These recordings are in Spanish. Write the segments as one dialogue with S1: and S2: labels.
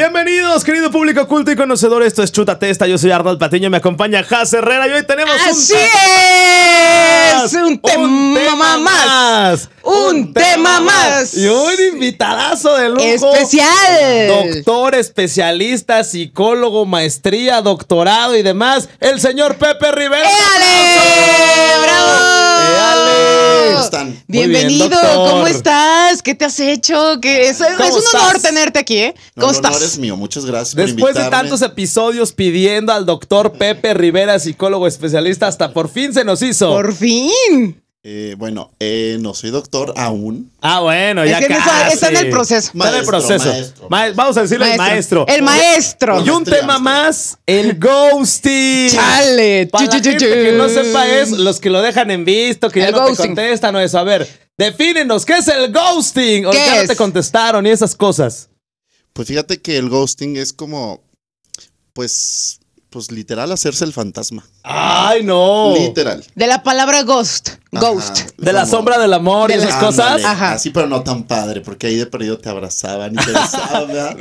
S1: Bienvenidos, querido público culto y conocedor. Esto es Chuta Testa. Yo soy Arnold Patiño, me acompaña Jaz Herrera y hoy tenemos
S2: Así
S1: un
S2: es, un tema más. Un tema más.
S1: Y un invitadazo de lujo.
S2: Especial.
S1: Doctor, especialista, psicólogo, maestría, doctorado y demás, el señor Pepe Rivera.
S2: ¡Éale! ¡Bravo!
S1: ¡Éale!
S3: ¿Cómo están?
S1: Muy
S2: Bienvenido,
S1: bien, doctor.
S2: ¿cómo estás? ¿Qué te has hecho? ¿Qué es, es un
S1: ¿Cómo
S2: honor
S1: estás?
S2: tenerte aquí, ¿eh?
S3: No,
S2: ¿Cómo
S3: el
S2: estás?
S3: honor es mío, muchas gracias por
S1: Después de
S3: invitarme.
S1: tantos em- episodios pidiendo al doctor Pepe Rivera, psicólogo especialista, hasta por fin se nos hizo.
S2: Por fin.
S3: Eh, bueno, eh, no soy doctor aún.
S1: Ah, bueno,
S2: Es
S1: ya
S2: que en esa-
S1: casi.
S2: está en el proceso.
S1: Está en el
S3: Maestro,
S1: proceso.
S3: maestro.
S1: Ma- vamos a decirle al maestro.
S2: El maestro.
S1: Y un
S3: Maestría,
S1: tema
S3: maestro.
S1: más, el ghosting.
S2: Chale.
S1: Para la
S2: Chu, chu, chu,
S1: gente que no
S2: chu.
S1: sepa es los que lo dejan en visto, que ya
S2: El
S1: no
S2: ghosting.
S1: te contestan o eso. A ver, defínenos, ¿qué es el ghosting? O
S2: ¿Qué
S1: ya no
S2: es?
S1: te contestaron y esas cosas.
S3: Pues fíjate que el ghosting es como, pues, pues literal hacerse el fantasma.
S1: Ay, no.
S3: Literal.
S2: De la palabra ghost.
S3: Ajá.
S2: Ghost.
S1: Oh. De la
S3: Como-
S1: sombra del amor y
S2: De la-
S1: esas
S3: Ándale,
S1: cosas.
S2: Ajá.
S3: Así, pero no tan padre, porque ahí de perdido te abrazaban y te besaban. ¿verdad?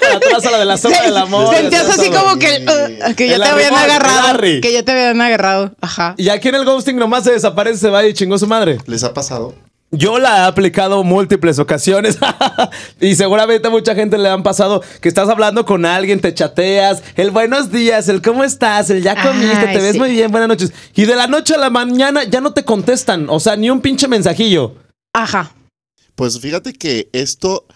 S1: Para atrás a la de la sombra del amor.
S2: Sentías
S3: eso
S2: así
S3: está
S2: como
S3: bien.
S2: que, uh, que ya
S1: El
S2: te habían
S1: arrimón, el
S2: agarrado.
S1: arri.
S2: Que ya te habían agarrado. Ajá.
S1: Y aquí en el ghosting nomás se desaparece, se va y chingó su madre.
S3: ¿Les ha pasado?
S1: Yo la he aplicado múltiples ocasiones y seguramente a mucha gente le han pasado que estás hablando con alguien, te chateas, el buenos días, el cómo estás, el ya comiste,
S2: Ay,
S1: te ves
S2: sí.
S1: muy bien, buenas noches. Y de la noche a la mañana ya no te contestan, o sea, ni un pinche mensajillo.
S2: Ajá.
S3: Pues fíjate que esto,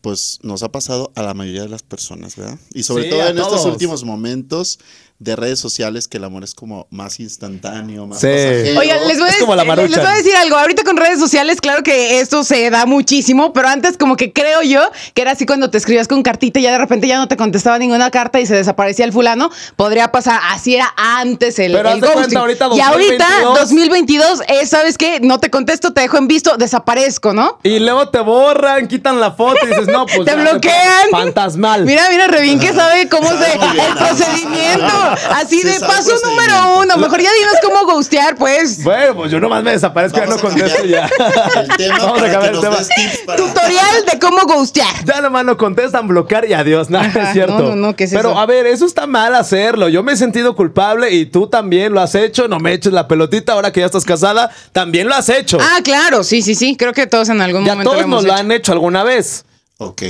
S3: pues nos ha pasado a la mayoría de las personas, ¿verdad? Y sobre
S1: Sí,
S3: todo
S1: a
S3: en estos
S1: todos.
S3: últimos momentos de redes sociales que el amor es como más instantáneo, más
S1: Sí.
S3: pasajero.
S2: Oigan, les voy, a,
S1: Es como la
S2: les- les voy a
S1: Maruchan.
S2: decir algo. Ahorita con redes sociales, claro que esto se da muchísimo, pero antes como que creo yo que era así cuando te escribías con cartita y ya de repente ya no te contestaba ninguna carta y se desaparecía el fulano. Podría pasar, así era antes el,
S1: Pero
S2: el
S1: haz de cuenta, ahorita
S2: y ahorita,
S1: 2022,
S2: 2022, es, ¿sabes qué? No te contesto, te dejo en visto, desaparezco, ¿no?
S1: Y luego te borran, quitan la foto y dices, no, pues.
S2: Te
S1: ya,
S2: bloquean.
S1: Fantasmal.
S2: Mira, mira, Revín que sabe cómo
S3: Sabe
S2: se
S3: muy bien,
S2: el
S3: nada más.
S2: procedimiento. Así
S3: Sí
S2: de
S3: sabe el
S2: paso número
S3: procedimiento.
S2: uno. Mejor ya dinos cómo ghostear, pues.
S1: Bueno, pues yo nomás me desaparezco, ya no
S3: Vamos a
S1: contesto ya.
S3: cambiar El tema
S1: Vamos a
S3: para
S1: acabar
S3: que
S1: el
S3: nos
S1: tema.
S3: des tips para-
S2: Tutorial de cómo ghostear.
S1: Ya nomás no contestan, bloquear y adiós. No,
S2: Ajá,
S1: es cierto.
S2: no, no, no, ¿qué es
S1: Pero
S2: eso?
S1: a ver, eso está mal hacerlo. Yo me he sentido culpable y tú también lo has hecho. No me eches la pelotita ahora que ya estás casada. También lo has hecho.
S2: Ah, claro, sí, sí, sí. Creo que todos en algún
S1: ya
S2: momento lo
S1: todos
S2: hemos
S1: nos lo
S2: hecho.
S1: han hecho alguna vez.
S3: Ok.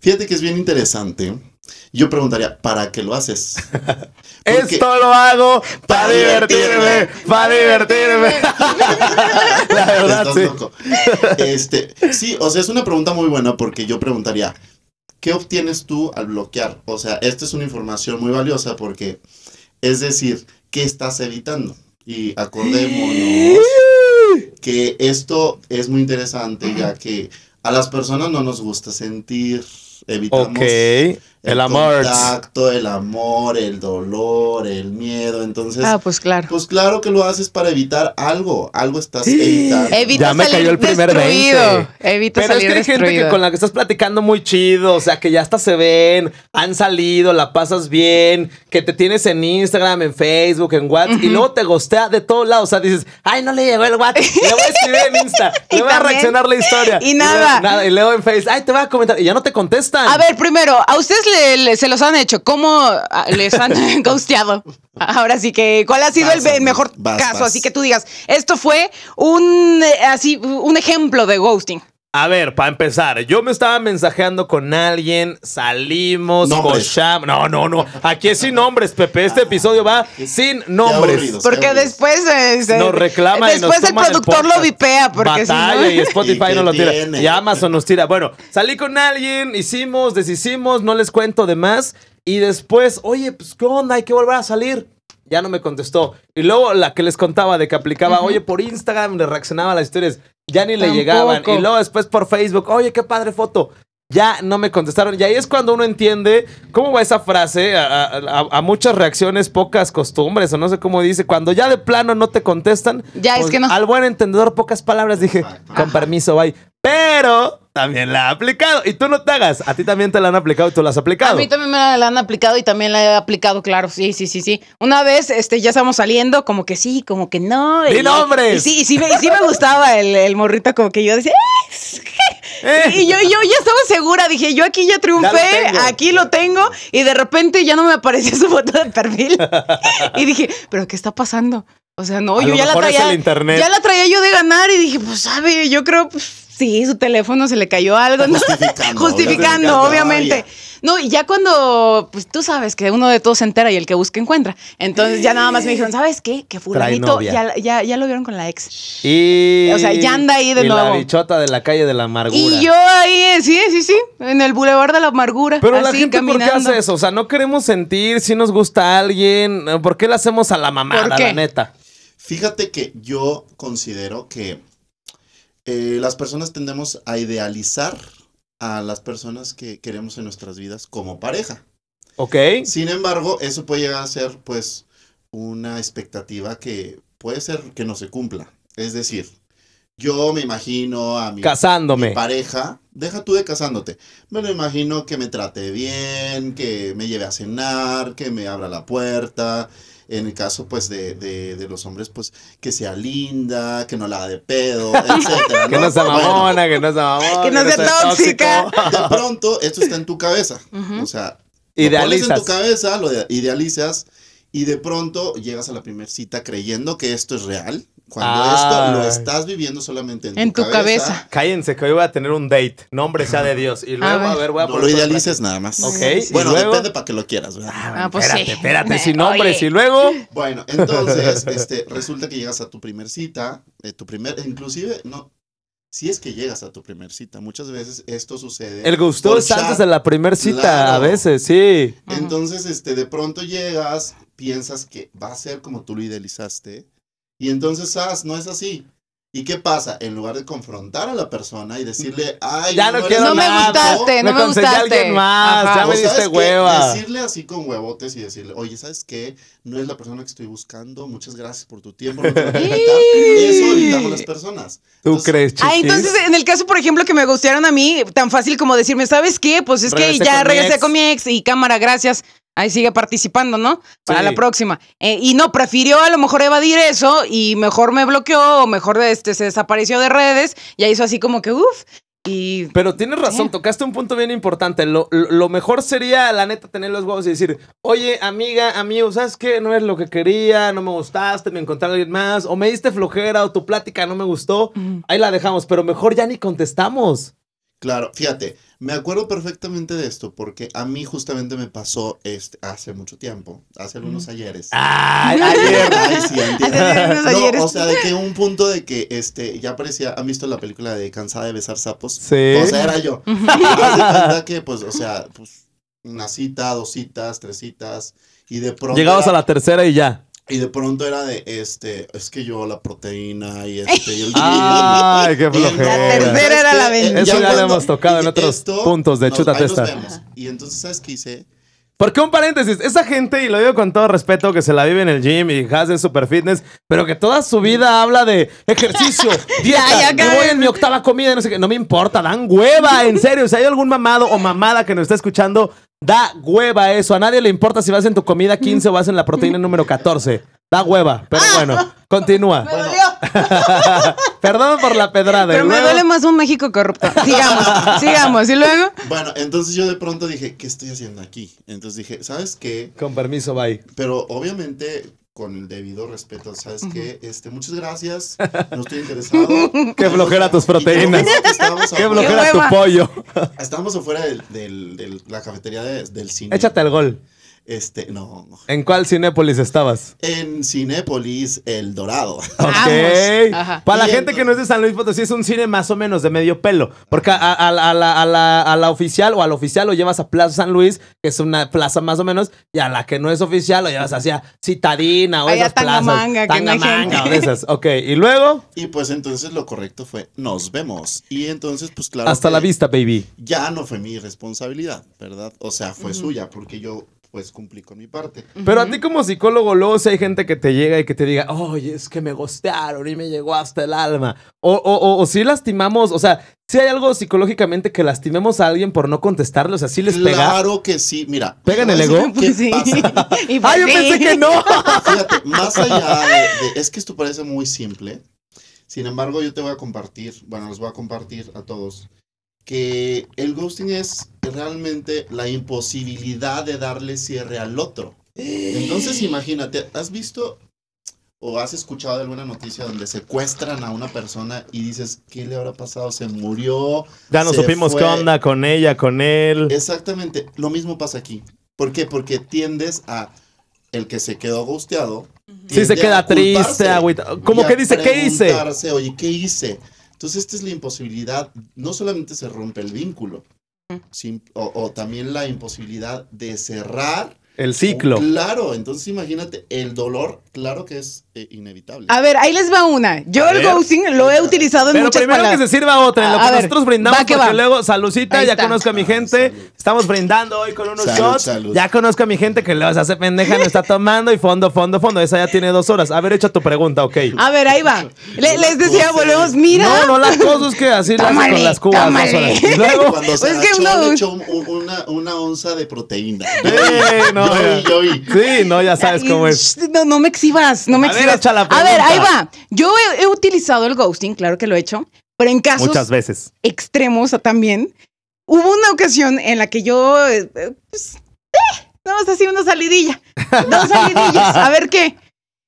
S3: Fíjate que es bien interesante. Yo preguntaría, ¿para qué lo haces? Porque-
S1: Esto lo hago para
S3: Para
S1: divertirme,
S3: divertirme,
S1: para divertirme. la verdad,
S3: Estás
S1: sí.
S3: loco. Este, sí, o sea, es una pregunta muy buena porque yo preguntaría, ¿qué obtienes tú al bloquear? O sea, esta es una información muy valiosa porque es decir, ¿qué estás evitando? Y acordémonos que esto es muy interesante ya que a las personas no nos gusta sentir, evitamos
S1: Ok, el amor.
S3: contacto, el amor, el dolor, el miedo, entonces
S2: Ah, pues claro.
S3: pues claro que lo haces para evitar algo, algo estás evitando.
S2: Evita
S1: Ya me
S2: salir
S1: cayó el primer
S2: destruido.
S1: 20.
S2: Evita
S1: Pero es
S2: salir
S1: que hay gente que
S2: destruido.
S1: con la que estás platicando muy chido, o sea, que ya hasta se ven, han salido, la pasas bien, que te tienes en Instagram, en Facebook, en WhatsApp, y luego te gostea de todos lados. O sea, dices, ay, no le llegó el WhatsApp, le voy a escribir en Insta,
S2: Y
S1: le voy a
S2: también-
S1: reaccionar la historia.
S2: y nada.
S1: luego- nada, y luego en Face, ay, te voy a comentar, y ya no te contestan.
S2: A ver, primero, ¿a ustedes le- le- se los han hecho? ¿Cómo ah, les han ghosteado? Ahora sí que, ¿cuál ha sido
S3: Vas,
S2: el be-
S3: amigo,
S2: mejor
S3: vas,
S2: caso?
S3: vas.
S2: Así que tú digas, esto fue un, eh, así, un ejemplo de ghosting.
S1: A ver, para empezar, yo me estaba mensajeando con alguien, salimos,
S3: Nombres.
S1: cochamos. No, no, no. Aquí es sin nombres, Pepe. Este episodio va sin nombres.
S3: aburrido. Los
S2: Porque
S3: cambios.
S2: después... eh, se-
S1: nos reclama y nos
S2: Después el
S1: tumban
S2: productor lo
S1: podcast.
S2: vipea, porque si
S1: Batalla
S2: no...
S1: y Spotify
S3: ¿Y
S1: no
S3: qué
S1: lo tira.
S3: tiene?
S1: Y Amazon nos tira. Bueno, salí con alguien, hicimos, deshicimos, no les cuento de más. Y después, oye, pues, ¿qué onda? Hay que volver a salir. Ya no me contestó. Y luego la que les contaba de que aplicaba, oye, por Instagram le reaccionaba a las historias. Ya ni le
S2: Tampoco.
S1: llegaban. Y luego después por Facebook, oye, qué padre foto. Ya no me contestaron. Y ahí es cuando uno entiende cómo va esa frase a, a- a- a muchas reacciones, pocas costumbres, o no sé cómo dice. Cuando ya de plano no te contestan, pues,
S2: Ya, es que no.
S1: al buen entendedor, pocas palabras dije, con permiso, bye. Pero también la ha aplicado. Y tú no te hagas. A ti también te la han aplicado y tú la has
S2: A
S1: aplicado.
S2: mí también me la, la han aplicado y también la he aplicado, claro, sí, sí, sí, sí. Una vez, este, ya estamos saliendo, como que sí, como que no.
S1: ¡Di
S2: y,
S1: nombres!
S2: Y sí, y sí, me, y sí me gustaba el, el morrito, como que yo decía, "Ah, es que
S1: Eh.
S2: Y yo, yo ya estaba segura, dije, yo aquí ya triunfé,
S1: tengo.
S2: aquí lo tengo, y de repente ya no me aparecía su foto de perfil. y dije, ¿pero qué está pasando? O sea, no,
S1: A
S2: yo
S1: lo
S2: ya la
S1: mejor es
S2: traía.
S1: el internet.
S2: Ya la traía yo de ganar y dije, pues sabe, yo creo, pues, sí, su teléfono se le cayó algo, ¿no?
S3: Justificando,
S2: Justificando,
S3: obviamente.
S2: obviamente. No, y ya cuando, pues tú sabes que uno de todos se entera y el que busca encuentra. Entonces ya nada más me dijeron, ¿sabes qué? Que fulanito
S1: Eh. novia.
S2: ya, ya, ya lo vieron con la ex.
S1: Y.
S2: O sea, ya anda ahí de
S1: y La
S2: nuevo.
S1: bichota de la calle de la amargura.
S2: Y yo ahí, eh, sí, sí, sí, en el Boulevard de la Amargura.
S1: Pero la
S2: así,
S1: gente, ¿por qué
S2: caminando.
S1: hace eso? O sea, no queremos sentir si nos gusta alguien. ¿Por qué le hacemos a la mamada,
S2: ¿Por qué?
S1: la neta?
S3: Fíjate que yo considero que eh, las personas tendemos a idealizar a las personas que queremos en nuestras vidas como pareja.
S1: ¿Ok?
S3: Sin embargo, eso puede llegar a ser, pues, una expectativa que puede ser que no se cumpla. Es decir, yo me imagino a mi, mi
S1: Casándome.
S3: pareja, deja tú de casándote, me lo imagino que me trate bien, que me lleve a cenar, que me abra la puerta. En el caso, pues, de, de- de los hombres, pues, que sea linda, que no la haga de pedo, etcétera,
S1: Que no sea
S3: Bueno,
S1: mamona, que no sea mamona.
S2: Que no sea tóxica.
S1: tóxico.
S3: de pronto, esto está en tu cabeza.
S2: Ujú.
S3: O sea, lo pones en
S1: Idealizas.
S3: tu cabeza, lo de- idealizas y de pronto llegas a la primera cita creyendo que esto es real, cuando esto lo
S1: Ay.
S3: estás viviendo solamente en,
S2: En
S3: tu,
S2: tu cabeza.
S1: Cállense, que hoy voy a tener un date. Nombre sea de Dios. Y luego, a
S2: ver.
S1: ver, voy a
S3: No
S1: poner
S3: lo
S1: otra.
S3: idealices nada más.
S1: Ok. y
S3: Bueno,
S1: luego-
S3: depende para que lo quieras, ¿verdad?
S2: Ah, pues
S1: espérate,
S2: sí.
S1: espérate, sin
S2: Oye.
S1: nombres. Y luego.
S3: Bueno, entonces, este, resulta que llegas a tu primer cita, eh, tu primer, inclusive, no, si es que llegas a tu primer cita, muchas veces esto sucede.
S1: El gusto
S3: por
S1: es antes
S3: chat.
S1: de la primer cita, a
S3: Claro.
S1: veces, sí.
S2: Ajá.
S3: Entonces, este, de pronto llegas, piensas que va a ser como tú lo idealizaste, y entonces, ah, no es así. ¿Y qué pasa? En lugar de confrontar a la persona y decirle, ay,
S1: Ya no Pues,
S3: eres
S1: quiero
S2: No me
S1: nada.
S2: gustaste, no me
S1: conseguí a
S2: gustaste.
S1: alguien más,
S2: Ajá.
S1: ya me
S3: O,
S1: diste
S3: ¿sabes qué?
S1: hueva.
S3: Decirle así con huevotes y decirle, oye, ¿sabes qué? No es la persona que estoy buscando, muchas gracias por tu tiempo. No te voy a contactar". Eso evitamos las personas.
S1: ¿Tú
S3: Entonces,
S1: crees, chiquis?
S2: Ah, entonces en el caso, por ejemplo, que me gustaron a mí, tan fácil como decirme, ¿sabes qué? Pues es
S1: Regresé
S2: que ya
S1: con mi
S2: regresé
S1: ex".
S2: con mi ex y cámara, gracias. Ahí sigue participando, ¿no? Para
S1: Sí.
S2: la próxima. Eh, y no, prefirió a lo mejor evadir eso y mejor me bloqueó o mejor este, se desapareció de redes. Ya hizo así como que, uff. Y
S1: Pero tienes
S2: Eh.
S1: razón, tocaste un punto bien importante. Lo, lo- lo mejor sería, la neta, tener los huevos y decir, oye, amiga, amigo, ¿sabes qué? No es lo que quería, no me gustaste, me encontré a alguien más, o me diste flojera, o tu plática no me gustó.
S2: Ujú.
S1: Ahí la dejamos, pero mejor ya ni contestamos.
S3: Claro, fíjate, me acuerdo perfectamente de esto porque a mí justamente me pasó este, hace mucho tiempo, hace algunos ayeres.
S1: Ay,
S3: Ay,
S1: Mm. Ah, ayer.
S3: sí, entiendo.
S2: Hace algunos
S3: No,
S2: ayeres.
S3: o sea, de que un punto de que este ya parecía, ¿han visto la película de Cansada de besar sapos?
S1: Sí.
S3: O sea, era yo. Haz de cuenta que pues, o sea, pues una cita, dos citas, tres citas y de pronto
S1: Llegamos
S3: era-
S1: a la tercera y ya.
S3: y de pronto era de este, es que yo la proteína y este y el
S1: Ay, Ah, qué
S3: Y entonces,
S1: flojera.
S2: La tercera era la
S3: ¿sabes qué?
S2: veinte.
S1: Eso ya lo
S3: cuando
S1: hemos tocado en
S3: dije,
S1: otros puntos de
S3: nos-
S1: Chútate
S3: ahí nos
S1: esta.
S3: vemos. Y entonces, ¿sabes qué hice?
S1: Porque un paréntesis, esa gente, y lo digo con todo respeto, que se la vive en el gym y hace super fitness, pero que toda su vida habla de ejercicio, dieta,
S2: Ya, ya,
S1: me
S2: cada
S1: voy
S2: vez.
S1: en mi octava comida, no sé qué, no me importa, dan hueva, en serio, si hay algún mamado o mamada que nos está escuchando, da hueva eso, a nadie le importa si vas en tu comida 15 o vas en la proteína número 14, da hueva, pero bueno, continúa.
S2: Ah. Me dolió.
S1: Perdón por la pedrada.
S2: Pero
S1: y
S2: me
S1: luego-
S2: duele más un México corrupto. Sigamos, sigamos. Y luego.
S3: Bueno, entonces yo de pronto dije, ¿qué estoy haciendo aquí? Entonces dije, ¿sabes qué?
S1: Con permiso, bye.
S3: Pero obviamente con el debido respeto, ¿sabes qué? Este, muchas gracias, no estoy interesado.
S1: Qué flojera tus
S3: Y creo que
S1: proteínas.
S3: estábamos
S1: Qué
S3: afuera-
S1: flojera tu
S2: hueva.
S1: pollo.
S3: Estábamos afuera de del, del- la cafetería de- del cine.
S1: Échate el gol.
S3: Este, no.
S1: ¿En cuál Cinépolis estabas?
S3: En Cinépolis, El Dorado.
S1: Ok.
S2: Vamos. Ajá.
S1: Para la
S3: Y
S1: gente
S3: entonces-
S1: que no es de San Luis Potosí, es un cine más o menos de medio pelo. Porque a, a- a la- a la, a la- a la oficial o al oficial lo llevas a Plaza San Luis, que es una plaza más o menos, y a la que no es oficial lo llevas hacia Citadina o
S2: Allá
S1: esas plazas.
S2: Tangamanga, que no hay
S1: Tangamanga,
S2: gente.
S1: o de esas. Ok, y luego,
S3: Y pues entonces lo correcto fue, nos vemos. Y entonces, pues claro.
S1: hasta
S3: que
S1: la vista, baby.
S3: Ya no fue mi responsabilidad, ¿verdad? O sea, fue suya, porque yo pues cumplí con mi parte.
S1: Pero a ti como psicólogo, luego si hay gente que te llega y que te diga, oye, es que me gostearon y me llegó hasta el alma. O, o, o, si lastimamos, o sea, si hay algo psicológicamente que lastimemos a alguien por no contestarle, o sea, si les pega.
S3: Claro que sí, mira.
S1: ¿Pega en
S3: te
S1: el
S3: voy a
S1: ego?
S3: decir ¿Qué pasa?
S2: Y pues
S1: ¡Ay, Ah, yo
S2: sí.
S1: pensé que no!
S3: Fíjate, más allá de, de- Es que esto parece muy simple. Sin embargo, yo te voy a compartir, bueno, les voy a compartir a todos que el ghosting es realmente la imposibilidad de darle cierre al otro.
S1: Eh.
S3: Entonces imagínate, ¿has visto o has escuchado de alguna noticia donde secuestran a una persona y dices, ¿qué le habrá pasado? ¿Se murió?
S1: Ya no
S3: ¿Se
S1: supimos
S3: fue?" Eh,
S1: qué onda con ella, con él.
S3: Exactamente, lo mismo pasa aquí. ¿Por qué? Porque tiendes a el que se quedó gusteado.
S1: Sí, se queda triste, agüita. Como que dice, ¿qué hice?
S3: Oye, ¿qué hice? Entonces, esta es la imposibilidad. No solamente se rompe el vínculo, sim- o, o también la imposibilidad de cerrar.
S1: El ciclo.
S3: Claro, entonces imagínate, el dolor, claro que es eh, inevitable.
S2: A ver, ahí les va una. Yo
S1: A
S2: el
S1: ver.
S2: ghosting lo he utilizado en
S1: Pero
S2: muchas
S1: primero que
S2: palabras.
S1: se sirva otra, en lo
S2: A- a
S1: que
S2: ver,
S1: nosotros brindamos,
S2: va que
S1: porque
S2: va.
S1: luego, saludcita,
S2: Ahí
S1: ya
S2: está.
S1: conozco a mi
S3: Ay,
S1: gente,
S3: salud.
S1: estamos brindando hoy con unos
S3: Salud,
S1: shots,
S3: salud.
S1: ya conozco a mi gente que luego se hace pendeja, no está tomando, y fondo, fondo, fondo, esa ya tiene dos horas. A ver, echa tu pregunta, ok.
S2: A ver, ahí va. Le-
S3: No
S2: les
S3: la
S2: decía,
S3: puse.
S2: volvemos, Ah, mira.
S1: No, no las cosas que así las haces con
S2: Tómale,
S1: las cubas, dos
S2: tómale.
S1: horas. Y luego,
S3: Cuando se
S2: Pues es que
S3: achó,
S2: uno-
S3: le echó un- un- una, una onza de proteína.
S1: Sí, no,
S3: yo vi,
S1: ya.
S3: yo vi.
S1: Sí, no, ya sabes
S2: Ay,
S1: cómo es.
S2: shh, No, no me exhibas, no me
S1: A ver,
S2: exhibas.
S1: echa la
S2: a ver, ahí
S1: pregunta.
S2: va. Yo he, he utilizado el ghosting, claro que lo he hecho, pero en casos
S1: Muchas veces.
S2: extremos también. Hubo una ocasión en la que yo, eh, eh, pues, eh, nada más así una salidilla, dos salidillas, a ver qué.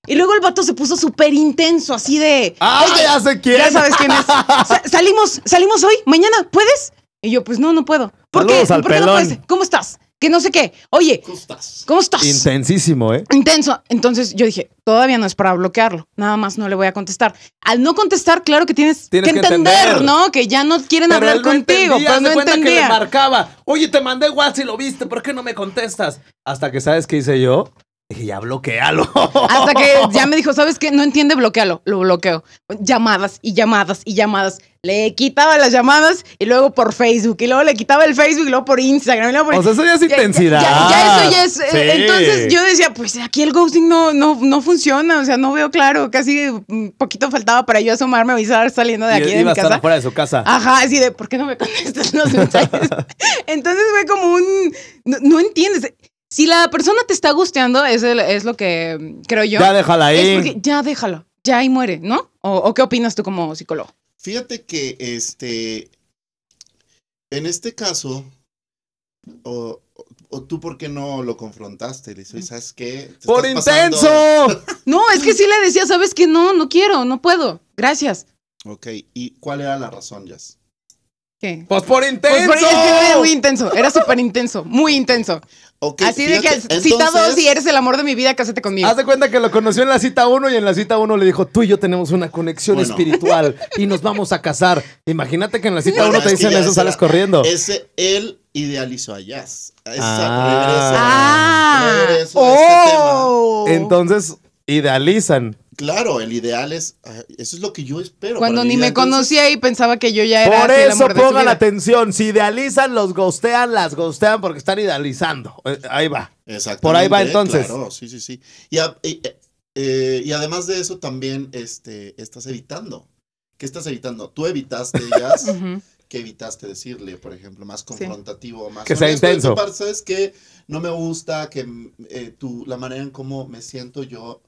S2: Y luego el vato se puso súper intenso, así de,
S1: ¡Ah, ya sé quién!
S2: ya sabes quién es. Sa- salimos, salimos hoy, mañana, ¿puedes? Y yo, pues no, no puedo. ¿Por qué?
S1: Saludos al
S2: ¿Por qué no
S1: pelón.
S2: puedes? ¿Cómo estás? Que no sé qué. Oye,
S3: ¿Cómo estás?
S2: ¿cómo estás?
S1: Intensísimo, ¿eh?
S2: Intenso. Entonces yo dije, todavía no es para bloquearlo, nada más no le voy a contestar. Al no contestar, claro que tienes,
S1: Tienes
S2: que,
S1: que
S2: entender,
S1: entender.
S2: ¿no? Que ya no quieren hablar
S1: él no
S2: contigo,
S1: entendía,
S2: pero
S1: haz de
S2: no
S1: cuenta que le
S2: entendía.
S1: marcaba. Oye, te mandé WhatsApp y lo viste, ¿por qué no me contestas? Hasta que, ¿sabes qué hice yo? Dije, ya bloquealo.
S2: Hasta que ya me dijo, ¿sabes qué? No entiende, bloquealo. Lo bloqueo. Llamadas y llamadas y llamadas. Le quitaba las llamadas y luego por Facebook. Y luego le quitaba el Facebook y luego por Instagram. Y luego por
S1: O sea, eso ya es
S2: Pues, Ya- ya-
S1: intensidad.
S2: Ya, ya eso ya es. eh,
S1: Sí.
S2: Entonces yo decía, pues aquí el ghosting no, no, no funciona. O sea, no veo claro. Casi mm, poquito faltaba para yo asomarme o estar saliendo de
S1: Y-
S2: aquí de
S1: iba
S2: mi
S1: a estar
S2: casa. ah,
S1: afuera de su casa.
S2: Ajá, así de, ¿por qué no me contestas los mensajes? Entonces fue como un, no, no entiendes. Si la persona te está gusteando, es, el- es lo que mm, creo yo.
S1: ya déjala
S2: Es
S1: ahí.
S2: porque ya déjalo, ya ahí muere, ¿no? ¿O, o qué opinas tú como psicólogo?
S3: Fíjate que este. En este caso. O, o tú, ¿por qué no lo confrontaste? Le dices, "Oye, ¿sabes qué? Te
S1: ¡Por
S3: estás pasando".
S1: intenso!
S2: No, es que sí le decía, ¿sabes que No, no quiero, no puedo. Gracias.
S3: Ok, ¿y cuál era la razón, Jazz?
S2: ¿Qué?
S1: ¡Pues por
S2: Pues,
S1: intenso!
S2: por- es que era muy intenso, era súper intenso, muy intenso.
S3: Ok,
S2: Así de que
S3: fíjate,
S2: cita dos
S3: entonces-
S2: y eres el amor de mi vida, cásate conmigo.
S1: Haz de cuenta que lo conoció en la cita 1 y en la cita 1 le dijo, tú y yo tenemos una conexión
S3: Bueno.
S1: espiritual y nos vamos a casar. Imagínate que en la cita
S3: Bueno,
S1: 1 te
S3: es que
S1: dicen
S3: ya
S1: eso,
S3: será-
S1: sales corriendo.
S3: Ese, él idealizó a Jazz. Esa,
S1: Ah.
S3: regreso, regreso a este tema.
S2: oh.
S1: Entonces, idealizan.
S3: Claro, el ideal es. ah, Eso es lo que yo espero.
S2: Cuando
S3: para mi
S2: ni
S3: vida,
S2: me
S3: entonces-
S2: conocía y pensaba que yo ya era
S1: Por
S2: así el
S1: eso
S2: amor de su
S1: pongan
S2: vida.
S1: atención. Si idealizan, los gostean, las gostean porque están idealizando. Eh, Ahí va.
S3: Exactamente.
S1: Por ahí va, entonces.
S3: Claro, sí, sí, sí. Y, a- y- eh, eh, y además de eso también este, estás evitando. ¿Qué estás evitando? Tú evitaste ellas
S2: Ujú.
S3: que evitaste decirle, por ejemplo, más confrontativo, más...
S1: Que sea
S3: honesto de tu
S1: intenso.
S3: parte, ¿Sabes qué? No me gusta que mm, eh, tú, la manera en cómo me siento yo,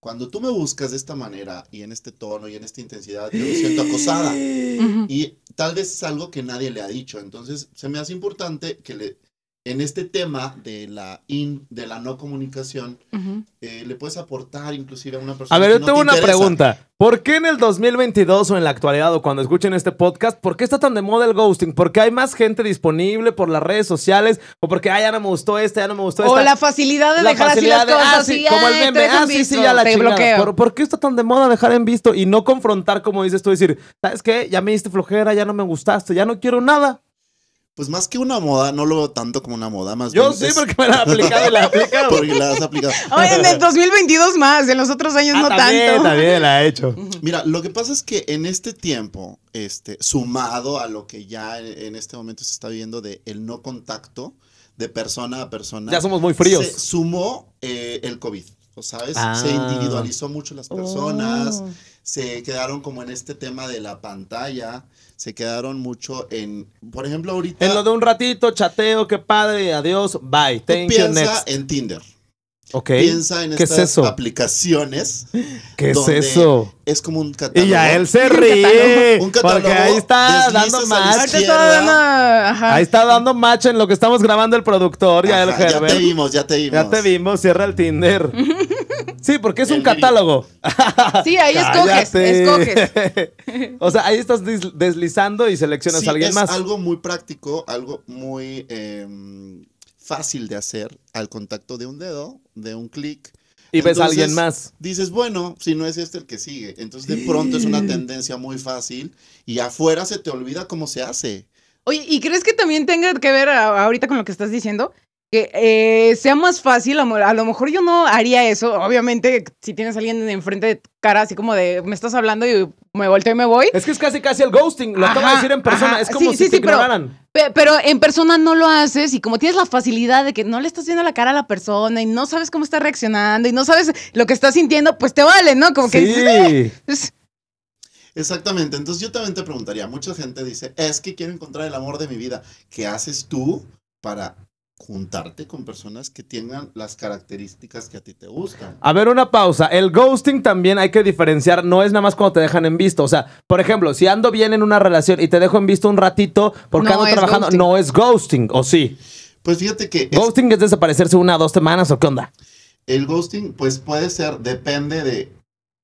S3: cuando tú me buscas de esta manera y en este tono y en esta intensidad, yo me siento acosada.
S2: Ujú.
S3: Y tal vez es algo que nadie le ha dicho. Entonces, se me hace importante que le, en este tema de la, in- de la no comunicación,
S2: Ujú.
S3: eh, le puedes aportar inclusive a una persona.
S1: A ver,
S3: que
S1: yo
S3: no
S1: tengo
S3: te
S1: una
S3: interesa.
S1: pregunta. ¿Por qué en el 2022 o en la actualidad o cuando escuchen este podcast, por qué está tan de moda el ghosting? ¿Por qué hay más gente disponible por las redes sociales? ¿O porque, ah, ya no me gustó este, ya no me gustó
S2: O
S1: esta?
S2: la facilidad de
S1: La
S2: dejar
S1: facilidad
S2: así
S1: de,
S2: las
S1: ah,
S2: cosas.
S1: sí,
S2: y,
S1: como el
S2: "Ay,
S1: meme,
S2: traes un
S1: ah, sí, sí,
S2: visto,
S1: ya la
S2: te
S1: chingada.
S2: bloqueo.
S1: ¿Por, por qué está tan de moda dejar en visto y no confrontar, como dices tú, decir, ¿sabes qué? Ya me diste flojera, ya no me gustaste, ya no quiero nada.
S3: Pues más que una moda, no lo veo tanto como una moda, más
S1: Yo
S3: bien
S1: sí,
S3: es-
S1: porque Ah. me la han aplicado y la he aplicado.
S3: porque la has aplicado.
S2: Oye, Oh, en el 2022 más, en los otros años
S1: Ah,
S2: no
S1: también,
S2: tanto.
S1: también la he hecho.
S3: Mira, lo que pasa es que en este tiempo, este, sumado a lo que ya en en este momento se está viendo de el no contacto de persona a persona,
S1: Ya somos muy fríos.
S3: se sumó eh, el COVID, ¿o ¿sabes?
S1: Ah.
S3: Se individualizó mucho las personas,
S2: Oh.
S3: se quedaron como en este tema de la pantalla, se quedaron mucho en, por ejemplo, ahorita
S1: En lo de un ratito, chateo, qué padre, adiós, bye,
S3: tú
S1: thank you,
S3: piensa
S1: next.
S3: en Tinder.
S1: Ok.
S3: Piensa en
S1: ¿Qué es
S3: estas
S1: eso?
S3: aplicaciones.
S1: ¿Qué es
S3: donde
S1: eso?
S3: Es como un catálogo.
S1: Y ya él se ríe.
S2: catálogo.
S3: Un catálogo,
S1: porque ahí está
S3: deslizas
S1: dando
S3: al
S1: match.
S3: izquierdo.
S2: Ahorita estaba dando. ajá.
S1: Ahí está dando match en lo que estamos grabando el productor. Ya el
S3: Ajá, ya
S1: Herbert.
S3: te vimos, ya te vimos.
S1: Ya te vimos, cierra el Tinder. Sí, porque es un
S3: El Tinder.
S1: catálogo.
S2: Sí, ahí escoges,
S1: Cállate.
S2: escoges.
S1: o sea, ahí estás des- deslizando y seleccionas
S3: Sí,
S1: a alguien
S3: es
S1: más.
S3: algo muy práctico, algo muy em, fácil de hacer al contacto de un dedo, de un clic.
S1: Y ves a
S3: Entonces,
S1: alguien más.
S3: Dices, bueno, si no es este el que sigue. Entonces de pronto es una tendencia muy fácil y afuera se te olvida cómo se hace.
S2: Oye, ¿y crees que también tenga que ver a- ahorita con lo que estás diciendo? Que eh, sea más fácil, a, mo- a lo mejor yo no haría eso, obviamente si tienes a alguien enfrente de tu cara así como de me estás hablando y me volteo y me voy,
S1: Es que es casi casi el ghosting. Lo acaba de
S2: Ajá,
S1: decir en persona.
S2: ajá.
S1: Es como
S2: Sí,
S1: si
S2: sí,
S1: te
S2: sí, pero-
S1: ignoraran.
S2: Pe- pero en persona no lo haces y como tienes la facilidad de que no le estás viendo la cara a la persona y no sabes cómo está reaccionando y no sabes lo que está sintiendo, pues te vale, ¿no? Como que dices, "Eh,
S1: sí.
S2: pues,
S3: Exactamente, entonces yo también te preguntaría, mucha gente dice, es que quiero encontrar el amor de mi vida. ¿Qué haces tú para juntarte con personas que tengan las características que a ti te gustan?
S1: A ver, una pausa. El ghosting también hay que diferenciar. No es nada más cuando te dejan en visto. O sea, por ejemplo, si ando bien en una relación y te dejo en visto un ratito porque
S2: No
S1: ando
S2: es
S1: trabajando,
S2: ghosting.
S1: no es ghosting, ¿o sí?
S3: Pues fíjate que es-
S1: Ghosting es desaparecerse una o dos semanas o qué onda.
S3: El ghosting, pues puede ser, depende de,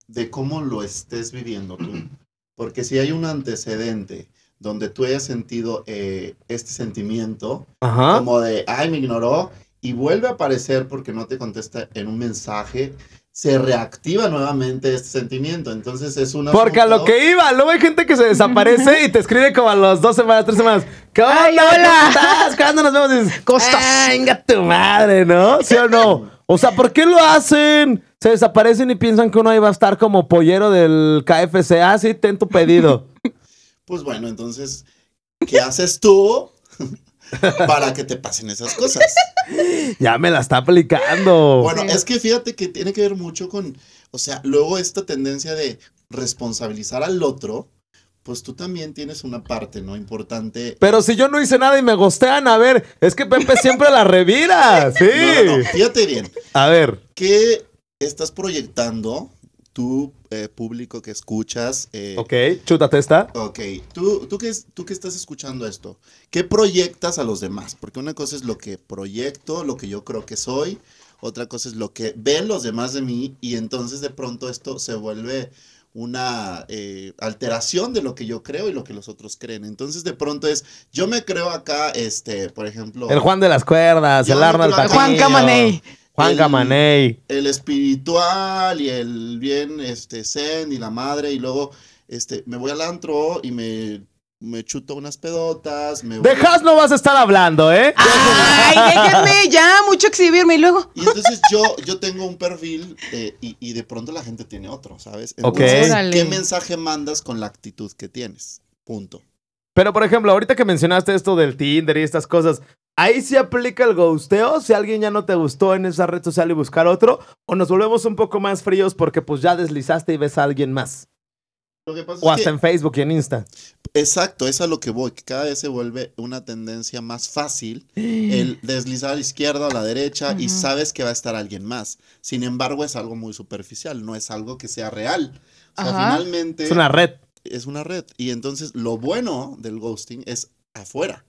S3: de cómo lo estés viviendo tú. Porque si hay un antecedente donde tú hayas sentido eh, este sentimiento,
S1: Ajá.
S3: como de, ay, me ignoró, y vuelve a aparecer porque no te contesta en un mensaje, se reactiva nuevamente este sentimiento. Entonces es una...
S1: Porque a lo que iba, luego hay gente que se desaparece y te escribe como a las dos semanas, tres semanas. ¿Qué onda?
S2: Ay,
S1: ¿Cómo
S2: hola.
S1: estás? ¿Cuándo nos vemos? Y dices,
S2: Costas.
S1: "Ah, venga tu madre, ¿no? ¿Sí o no? O sea, ¿por qué lo hacen? Se desaparecen y piensan que uno ahí va a estar como pollero del KFC. Ah, sí, ten tu pedido.
S3: Pues bueno, entonces, ¿qué haces tú para que te pasen esas cosas?
S1: ya me la está aplicando.
S3: Bueno,
S2: Sí.
S3: es que fíjate que tiene que ver mucho con, o sea, luego esta tendencia de responsabilizar al otro, pues tú también tienes una parte, ¿no? Importante.
S1: Pero si yo no hice nada y me gostean, a ver, es que Pepe siempre la revira. Sí.
S3: No, no, no, fíjate bien,
S1: A ver.
S3: ¿qué estás proyectando tú, eh, público que escuchas? eh,
S1: Ok, chútate esta.
S3: Ok, ¿Tú, tú, que, es- tú que estás escuchando esto, ¿qué proyectas a los demás? Porque una cosa es lo que proyecto, lo que yo creo que soy, otra cosa es lo que ven los demás de mí y entonces de pronto esto se vuelve una eh, alteración de lo que yo creo y lo que los otros creen. Entonces de pronto es, yo me creo acá, este, por ejemplo,
S1: El Juan de las cuerdas,
S3: Yo
S1: el
S3: no
S1: Arnold
S3: creo-
S2: Juan
S1: Patiño,
S2: Camaney.
S1: Juan
S3: El-
S1: Camaney.
S3: el espiritual y el bien este zen y la madre y luego este me voy al antro y me me chuto unas pedotas, me voy-
S1: De Haas no vas a estar hablando, ¿eh?
S2: Ay, déjenme ya mucho exhibirme y luego...
S3: Y entonces yo, yo tengo un perfil de- y, y de pronto la gente tiene otro, ¿sabes?
S1: Ok.
S3: Entonces,
S2: Órale.
S3: ¿qué mensaje mandas con la actitud que tienes? Punto.
S1: Pero, por ejemplo, ahorita que mencionaste esto del Tinder y estas cosas, ¿ahí sí aplica el ghosteo? Si alguien ya no te gustó en esa red social y buscar otro, o nos volvemos un poco más fríos porque pues ya deslizaste y ves a alguien más.
S3: Lo que pasa
S1: O
S3: es que-
S1: hasta en Facebook y en Insta.
S3: exacto, es a lo que voy, que cada vez se vuelve una tendencia más fácil el deslizar a la izquierda o a la derecha y
S2: Ujú.
S3: sabes que va a estar alguien más. Sin embargo, es algo muy superficial, no es algo que sea real. O sea,
S2: Ajá.
S3: finalmente
S1: Es una red.
S3: es una red. Y entonces lo bueno del ghosting es afuera.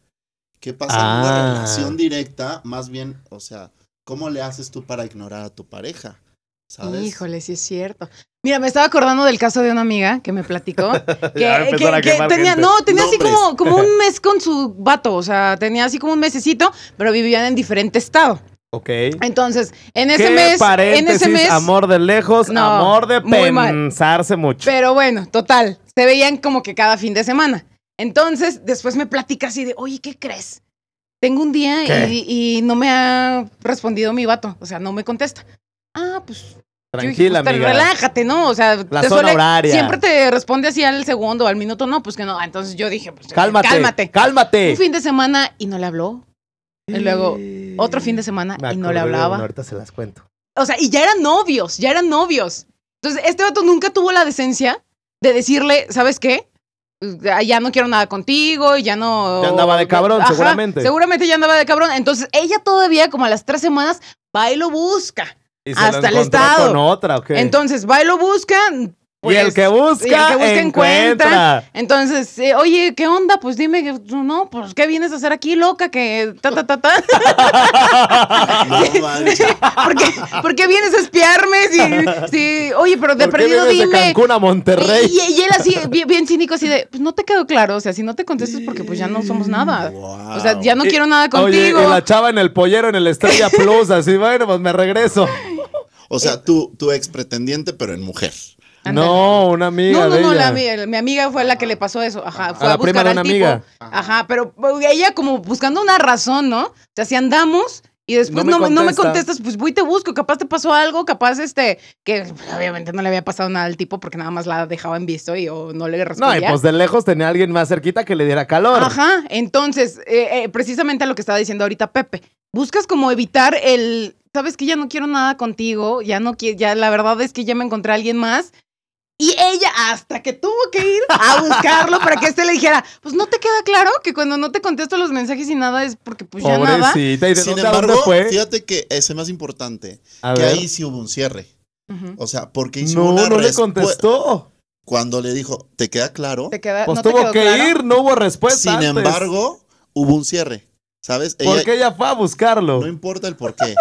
S3: ¿Qué pasa en
S1: Ah.
S3: una relación directa? Más bien, o sea, ¿cómo le haces tú para ignorar a tu pareja? ¿Sabes?
S2: Híjole, sí es cierto. Mira, me estaba acordando del caso de una amiga que me platicó que,
S1: Ya va a
S2: que-
S1: empezar a
S2: que
S1: quemar
S2: tenía,
S1: gente.
S2: no, tenía así
S3: Nombres.
S2: como, como un mes con su vato, o sea, tenía así como un mesecito, pero vivían en diferente estado.
S1: Ok.
S2: Entonces, en ese
S1: ¿Qué
S2: mes, en
S1: paréntesis?
S2: ese mes,
S1: Amor de lejos,
S2: No,
S1: amor de
S2: muy mal.
S1: pensarse mucho.
S2: pero bueno, total, se veían como que cada fin de semana. Entonces, después me platica así de, oye, ¿qué crees? Tengo un día
S1: ¿Qué?
S2: y, y no me ha respondido mi vato, o sea, no me contesta. Ah, pues Yo dije,
S1: Tranquila,
S2: pues, te-
S1: amiga.
S2: Relájate, ¿no? O sea,
S1: La
S2: te
S1: zona horaria.
S2: Siempre te responde así al segundo, al minuto, no, pues que no. Ah, Entonces yo dije, pues,
S1: Cálmate. Cálmate.
S2: cálmate. Un fin de semana y no le habló. Y luego, otro fin de semana
S1: Me
S2: Ah, y no le
S1: acordé de
S2: hablaba.
S1: uno, ahorita se las cuento.
S2: O sea, y ya eran novios, ya eran novios. Entonces, este vato nunca tuvo la decencia de decirle, ¿sabes qué? Ah, Ya no quiero nada contigo, ya no.
S1: Ya andaba de cabrón, seguramente.
S2: Seguramente ya andaba de cabrón. Entonces, ella todavía, como a las tres semanas, va y lo busca.
S1: Y se lo
S2: hasta el
S1: encontró
S2: Estado.
S1: Con otra, ok.
S2: Entonces, va y lo pues, buscan.
S1: y el que busca,
S2: y el que busca
S1: encuentra.
S2: encuentra. Entonces, eh, oye, ¿qué onda? Pues dime, que tú no, pues ¿qué vienes a hacer aquí, loca? Que ta, ta, ta, ta.
S3: No manches.
S2: ¿Por qué, por qué vienes a espiarme? Si, si- oye, pero de
S1: ¿Por qué
S2: perdido
S1: vienes de
S2: dime.
S1: Cancún a Monterrey.
S2: Y, y- y él así, bien, bien cínico, así de, pues no te quedó claro, o sea, si no te contestas porque pues ya no somos nada.
S3: Wow.
S2: O sea, ya no
S1: Mm, Y-
S2: quiero nada
S1: Oye,
S2: contigo.
S1: y la chava en el pollero en el Estrella Plus, así, bueno, pues me regreso.
S3: O sea, tú, tu ex pretendiente, pero en mujer.
S2: Ándale.
S1: No, una amiga
S2: no, no,
S1: de
S2: no,
S1: ella.
S2: la ami- mi amiga fue la que le pasó eso. Ajá, fue
S1: A
S2: a,
S1: la prima
S2: buscar
S1: de
S2: al
S1: una
S2: tipo.
S1: amiga.
S2: Ajá, pero pues, ella como buscando una razón, ¿no? O sea, si andamos y después
S1: No
S2: no
S1: me
S2: me, no me
S1: contesta.
S2: contestas, pues voy y te busco, capaz te pasó algo, capaz este, que pues, obviamente no le había pasado nada al tipo porque nada más la dejaba en visto y o no le
S1: No, y
S2: respondía.
S1: pues de lejos tenía a alguien más cerquita que le diera calor.
S2: Ajá, entonces, eh, eh, precisamente a lo que estaba diciendo ahorita Pepe, buscas como evitar el, sabes que ya no quiero nada contigo, ya no quiero, ya la verdad es que ya me encontré a alguien más. Y ella hasta que tuvo que ir a buscarlo para que este le dijera, pues no te queda claro que cuando no te contesto los mensajes y nada es porque pues ya nada.
S1: Pobrecita. ¿Y de
S3: Sin
S1: dónde, a dónde
S3: embargo,
S1: fue?
S3: fíjate que ese más importante,
S1: A
S3: que
S1: ver.
S3: ahí sí hubo un cierre.
S2: Ujú.
S3: O sea, porque hizo
S1: No,
S3: una
S1: no le
S3: respu-
S1: contestó.
S3: Cuando le dijo, ¿te queda claro?
S2: Te queda,
S1: Pues
S2: Eh, no te
S1: tuvo
S2: quedó
S1: que
S2: claro.
S1: ir, no hubo respuesta.
S3: Sin
S1: antes.
S3: embargo, hubo un cierre. ¿Sabes? Ella-
S1: Porque ella fue a buscarlo.
S3: No importa el por qué.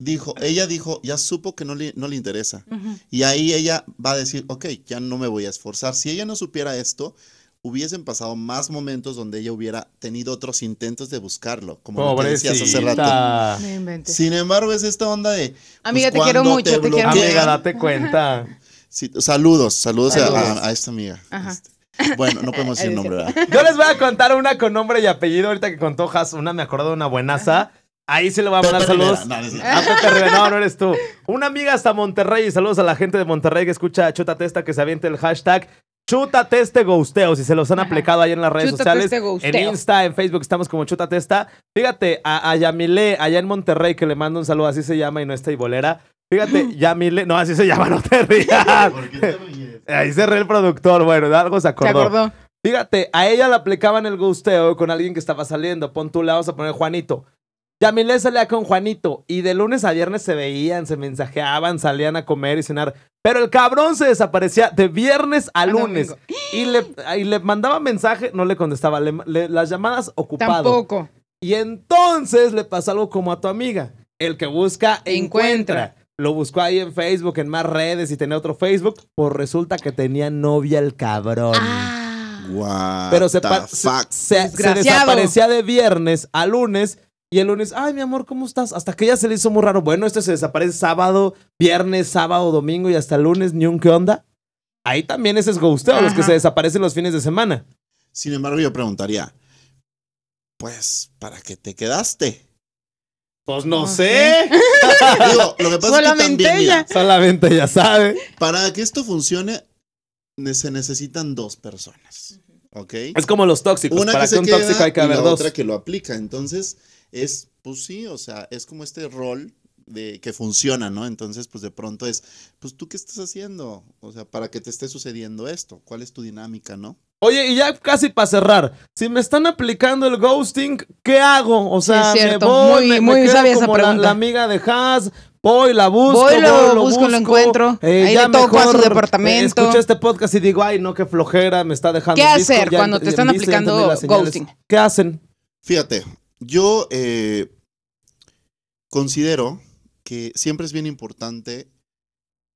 S3: Dijo, ella dijo, ya supo que no le, no le interesa.
S2: Ujú.
S3: Y ahí ella va a decir, ok, ya no me voy a esforzar. Si ella no supiera esto, hubiesen pasado más momentos donde ella hubiera tenido otros intentos de buscarlo, como lo que decías hace rato.
S1: Pobrecita.
S2: No inventes.
S3: Sin embargo, es esta onda de... pues,
S2: Amiga, te quiero
S3: cuando
S2: mucho, te quiero
S3: bloquean-
S1: Amiga, date cuenta.
S3: Sí, saludos, saludos, a-
S2: Saludos.
S3: A, a esta amiga.
S2: Ajá.
S3: Este, Bueno, no podemos decir
S2: Es
S3: nombre, ¿verdad?
S1: Yo les voy a contar una con nombre y apellido. Ahorita que contó Has, una me acuerdo de una buenaza. Ahí sí le voy a mandar
S3: Pepe Rivera,
S1: saludos.
S3: no, no es cierto.
S1: Ah, Pepe Rivera, no, no eres tú. Una amiga hasta Monterrey. Y saludos a la gente de Monterrey que escucha a Chuta Testa, que se aviente el hashtag Chuta Teste Gosteo. Si se los han
S2: Ajá.
S1: aplicado ahí en las redes
S2: Chuta pues,
S1: sociales.
S2: Teste
S1: En
S2: Gosteo.
S1: Insta, en Facebook, estamos como Chuta Testa. Fíjate, a, a Yamile, allá en Monterrey, que le mando un saludo. Así se llama y no está bolera. Fíjate, Yamile. No, así se llama, no te rías. Ahí se ríe el productor. Bueno, de algo se
S2: ¿Te acordó?
S1: Fíjate, a ella le aplicaban el gusteo con alguien que estaba saliendo. Pon tú, le vamos a poner Juanito. Yamile salía con Juanito y de lunes a viernes se veían, se mensajeaban, salían a comer y cenar. Pero el cabrón se desaparecía de viernes a
S2: A
S1: lunes
S2: domingo.
S1: y le, y le mandaba mensaje, no le contestaba, le- le- las llamadas ocupado.
S2: Tampoco.
S1: Y entonces le pasa algo como a tu amiga. El que busca, encuentra.
S2: Encuentra.
S1: Lo buscó ahí en Facebook, en más redes y tenía otro Facebook. Pues resulta que tenía novia el cabrón.
S3: What
S1: Pero se,
S3: the
S1: pa- se-
S3: fuck?
S1: se- se
S2: Ah. Desgraciado.
S1: desaparecía de viernes a lunes. Y el lunes, ay, mi amor, ¿cómo estás? Hasta que ya se le hizo muy raro. Bueno, este se desaparece sábado, viernes, sábado, domingo y hasta el lunes, ni un qué onda. Ahí también ese es gusteo, los que
S2: Ajá.
S1: se desaparecen los fines de semana.
S3: Sin embargo, yo preguntaría, pues, ¿para qué te quedaste?
S1: Pues no
S2: No
S1: sé.
S3: Digo, lo que pasa es que
S2: Solamente
S3: también, mira,
S2: ella.
S1: Solamente ya sabe.
S3: para que esto funcione, ne- se necesitan dos personas, ¿ok?
S1: Es como los tóxicos.
S3: Una
S1: Para
S3: que
S1: que,
S3: se
S1: un
S3: queda
S1: tóxico hay que
S3: y
S1: haber
S3: la
S1: dos.
S3: otra que lo aplica. Entonces, es, pues sí, o sea, es como este rol de que funciona, ¿no? Entonces, pues de pronto es, pues tú qué estás haciendo, o sea, para que te esté sucediendo esto, ¿cuál es tu dinámica, no?
S1: Oye, y ya casi para cerrar, si me están aplicando el ghosting, ¿qué hago? O sea,
S2: es cierto,
S1: me voy,
S2: muy-
S1: me, me
S2: muy
S1: quedo
S2: sabia esa
S1: como la-
S2: pregunta.
S1: La, amiga de Haas, voy, la busco, Eh,
S2: Voy, lo
S1: voy,
S2: busco, lo encuentro, ahí le toco a su departamento.
S1: escuché este podcast y digo, ay, no, qué flojera, me está dejando.
S2: ¿Qué
S1: en visto,
S2: hacer
S1: ya
S2: cuando
S1: ent-
S2: te
S1: ya
S2: están
S1: en visto, ya entendí
S2: aplicando
S1: las señales".
S2: ghosting?
S1: ¿Qué hacen?
S3: Fíjate, yo eh, considero que siempre es bien importante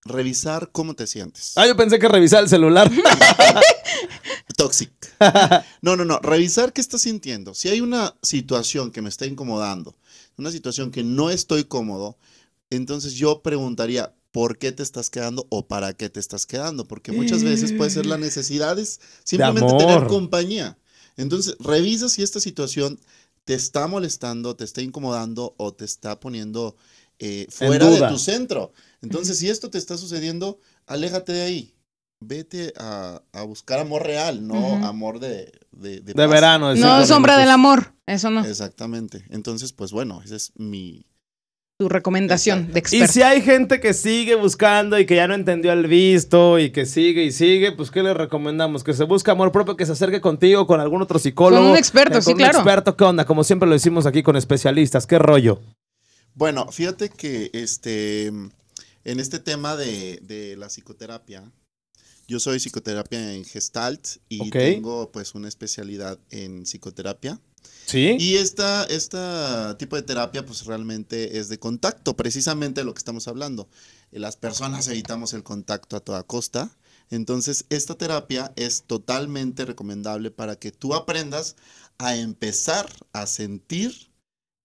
S3: revisar cómo te sientes.
S1: Ah, yo pensé que revisar el celular.
S3: Toxic. No, no, no. Revisar qué estás sintiendo. Si hay una situación que me está incomodando, una situación que no estoy cómodo, entonces yo preguntaría por qué te estás quedando o para qué te estás quedando. Porque muchas veces puede ser las necesidades, simplemente tener
S1: amor.
S3: compañía. Entonces, revisa si esta situación te está molestando, te está incomodando o te está poniendo eh, fuera de
S1: duda.
S3: tu centro. Entonces, si esto te está sucediendo, aléjate de ahí. Vete a, a buscar amor real, no
S2: Ujú.
S3: amor de... De, de
S1: De
S3: paz.
S1: verano, de
S2: No,
S1: cinco
S2: sombra del
S1: minutos.
S2: amor. Eso no.
S3: Exactamente. Entonces, pues bueno, esa es mi...
S2: Tu recomendación de
S1: Y
S2: experto.
S1: si hay gente que sigue buscando y que ya no entendió el visto y que sigue y sigue, pues ¿qué le recomendamos? Que se busque amor propio, que se acerque contigo con algún otro psicólogo.
S2: Con un experto,
S1: con
S2: sí,
S1: un
S2: claro.
S1: experto, ¿qué onda? Como siempre lo hicimos aquí con especialistas, ¿qué rollo?
S3: Bueno, fíjate que este... en este tema de, de la psicoterapia, yo soy psicoterapia en Gestalt y
S1: Ok.
S3: tengo pues una especialidad en psicoterapia.
S1: ¿Sí?
S3: Y esta, esta tipo de terapia pues realmente es de contacto, precisamente lo que estamos hablando. Eh, Las personas evitamos el contacto a toda costa. Entonces esta terapia es totalmente recomendable para que tú aprendas a empezar a sentir,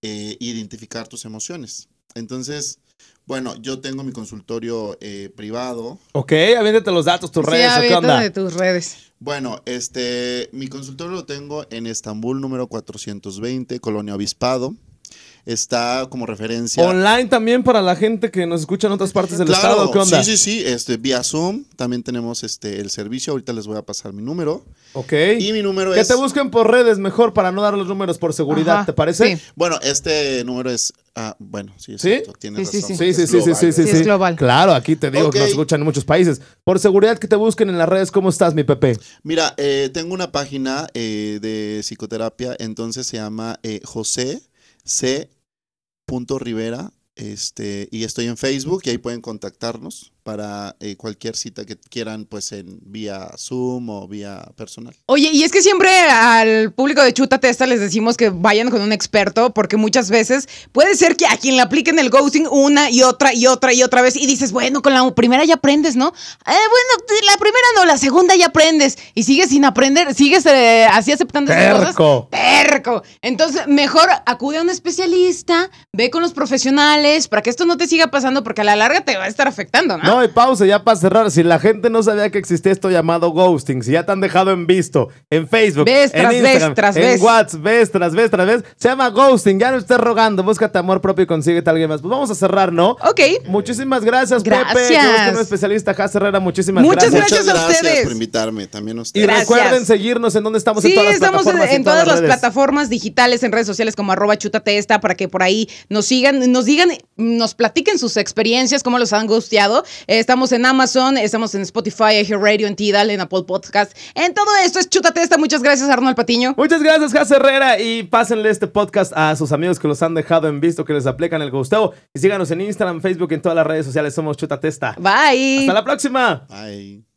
S3: eh, identificar tus emociones. Entonces, bueno, yo tengo mi consultorio eh, privado.
S1: Ok, aviéntate los datos, tus
S2: Sí,
S1: redes, ¿o ¿qué
S2: aviéntate
S1: onda?
S2: de tus redes.
S3: Bueno, este, mi consultorio lo tengo en Estambul número 420, Colonia Obispado. Está como referencia.
S1: Online también para la gente que nos escucha en otras partes del
S3: Claro,
S1: estado, ¿qué onda?
S3: Sí, sí, sí, este, vía Zoom. También tenemos este, el servicio. Ahorita les voy a pasar mi número.
S1: Ok.
S3: Y pues mi número
S1: que
S3: es.
S1: te busquen por redes mejor para no dar los números por seguridad,
S2: Ajá,
S1: ¿te parece?
S2: sí.
S3: Bueno, este número es. Ah, bueno, sí, es
S1: ¿Sí?
S3: cierto, tienes
S2: Sí, sí,
S3: razón,
S1: Sí, sí,
S3: es
S1: sí, sí, sí,
S3: global.
S1: sí,
S2: Sí, es
S1: sí.
S2: global.
S1: Claro, aquí te digo que
S3: Ok.
S1: nos escuchan en muchos países. Por seguridad que te busquen en las redes, ¿cómo estás, mi Pepe?
S3: Mira, eh, tengo una página eh, de psicoterapia, entonces se llama eh, José C. punto Rivera. Este, y estoy en Facebook y ahí pueden contactarnos para eh, cualquier cita que quieran, pues en vía Zoom o vía personal.
S2: Oye, y es que siempre al público de Chuta Testa les decimos que vayan con un experto, porque muchas veces puede ser que a quien le apliquen el ghosting una y otra y otra y otra vez, y dices, bueno, con la primera ya aprendes, ¿no? Eh, bueno, la primera no, la segunda ya aprendes, y sigues sin aprender, sigues eh, así aceptando esas cosas.
S1: Terco.
S2: Perco. Entonces, mejor acude a un especialista, ve con los profesionales para que esto no te siga pasando porque a la larga te va a estar afectando, ¿no?
S1: No, y pausa, ya para cerrar. Si la gente no sabía que existía esto llamado ghosting, si ya te han dejado en visto, en Facebook,
S2: Ves
S1: en
S2: tras ves
S1: Instagram,
S2: tras
S1: en
S2: ves.
S1: WhatsApp, ves tras ves tras ves, se llama ghosting. Ya no estés rogando, búscate amor propio y consíguete a alguien más. Pues vamos a cerrar, ¿no?
S2: Ok.
S1: Muchísimas gracias, Pepe.
S2: Gracias.
S1: Que busquen un especialista, Jazz Herrera. Muchísimas
S2: Muchas
S1: gracias.
S2: gracias a ustedes.
S3: por invitarme, también a
S1: Y
S3: ustedes.
S2: Gracias.
S1: recuerden seguirnos en donde estamos
S2: Sí,
S1: en todas las
S2: estamos en,
S1: plataformas. y
S2: en todas las
S1: redes.
S2: plataformas digitales, en redes sociales como arroba chutatesta, para que por ahí nos sigan, nos digan, nos platiquen sus experiencias, cómo los han gusteado. Eh, estamos en Amazon, estamos en Spotify, en Radio, en Tidal, en Apple Podcast. En todo esto es Chutatesta. Muchas gracias, Arnold Patiño.
S1: Muchas gracias, Jazz Herrera. Y pásenle este podcast a sus amigos que los han dejado en visto, que les aplican el gusteo. Y síganos en Instagram, Facebook, en todas las redes sociales. Somos Chuta Testa.
S2: Bye.
S1: Hasta la próxima.
S3: Bye.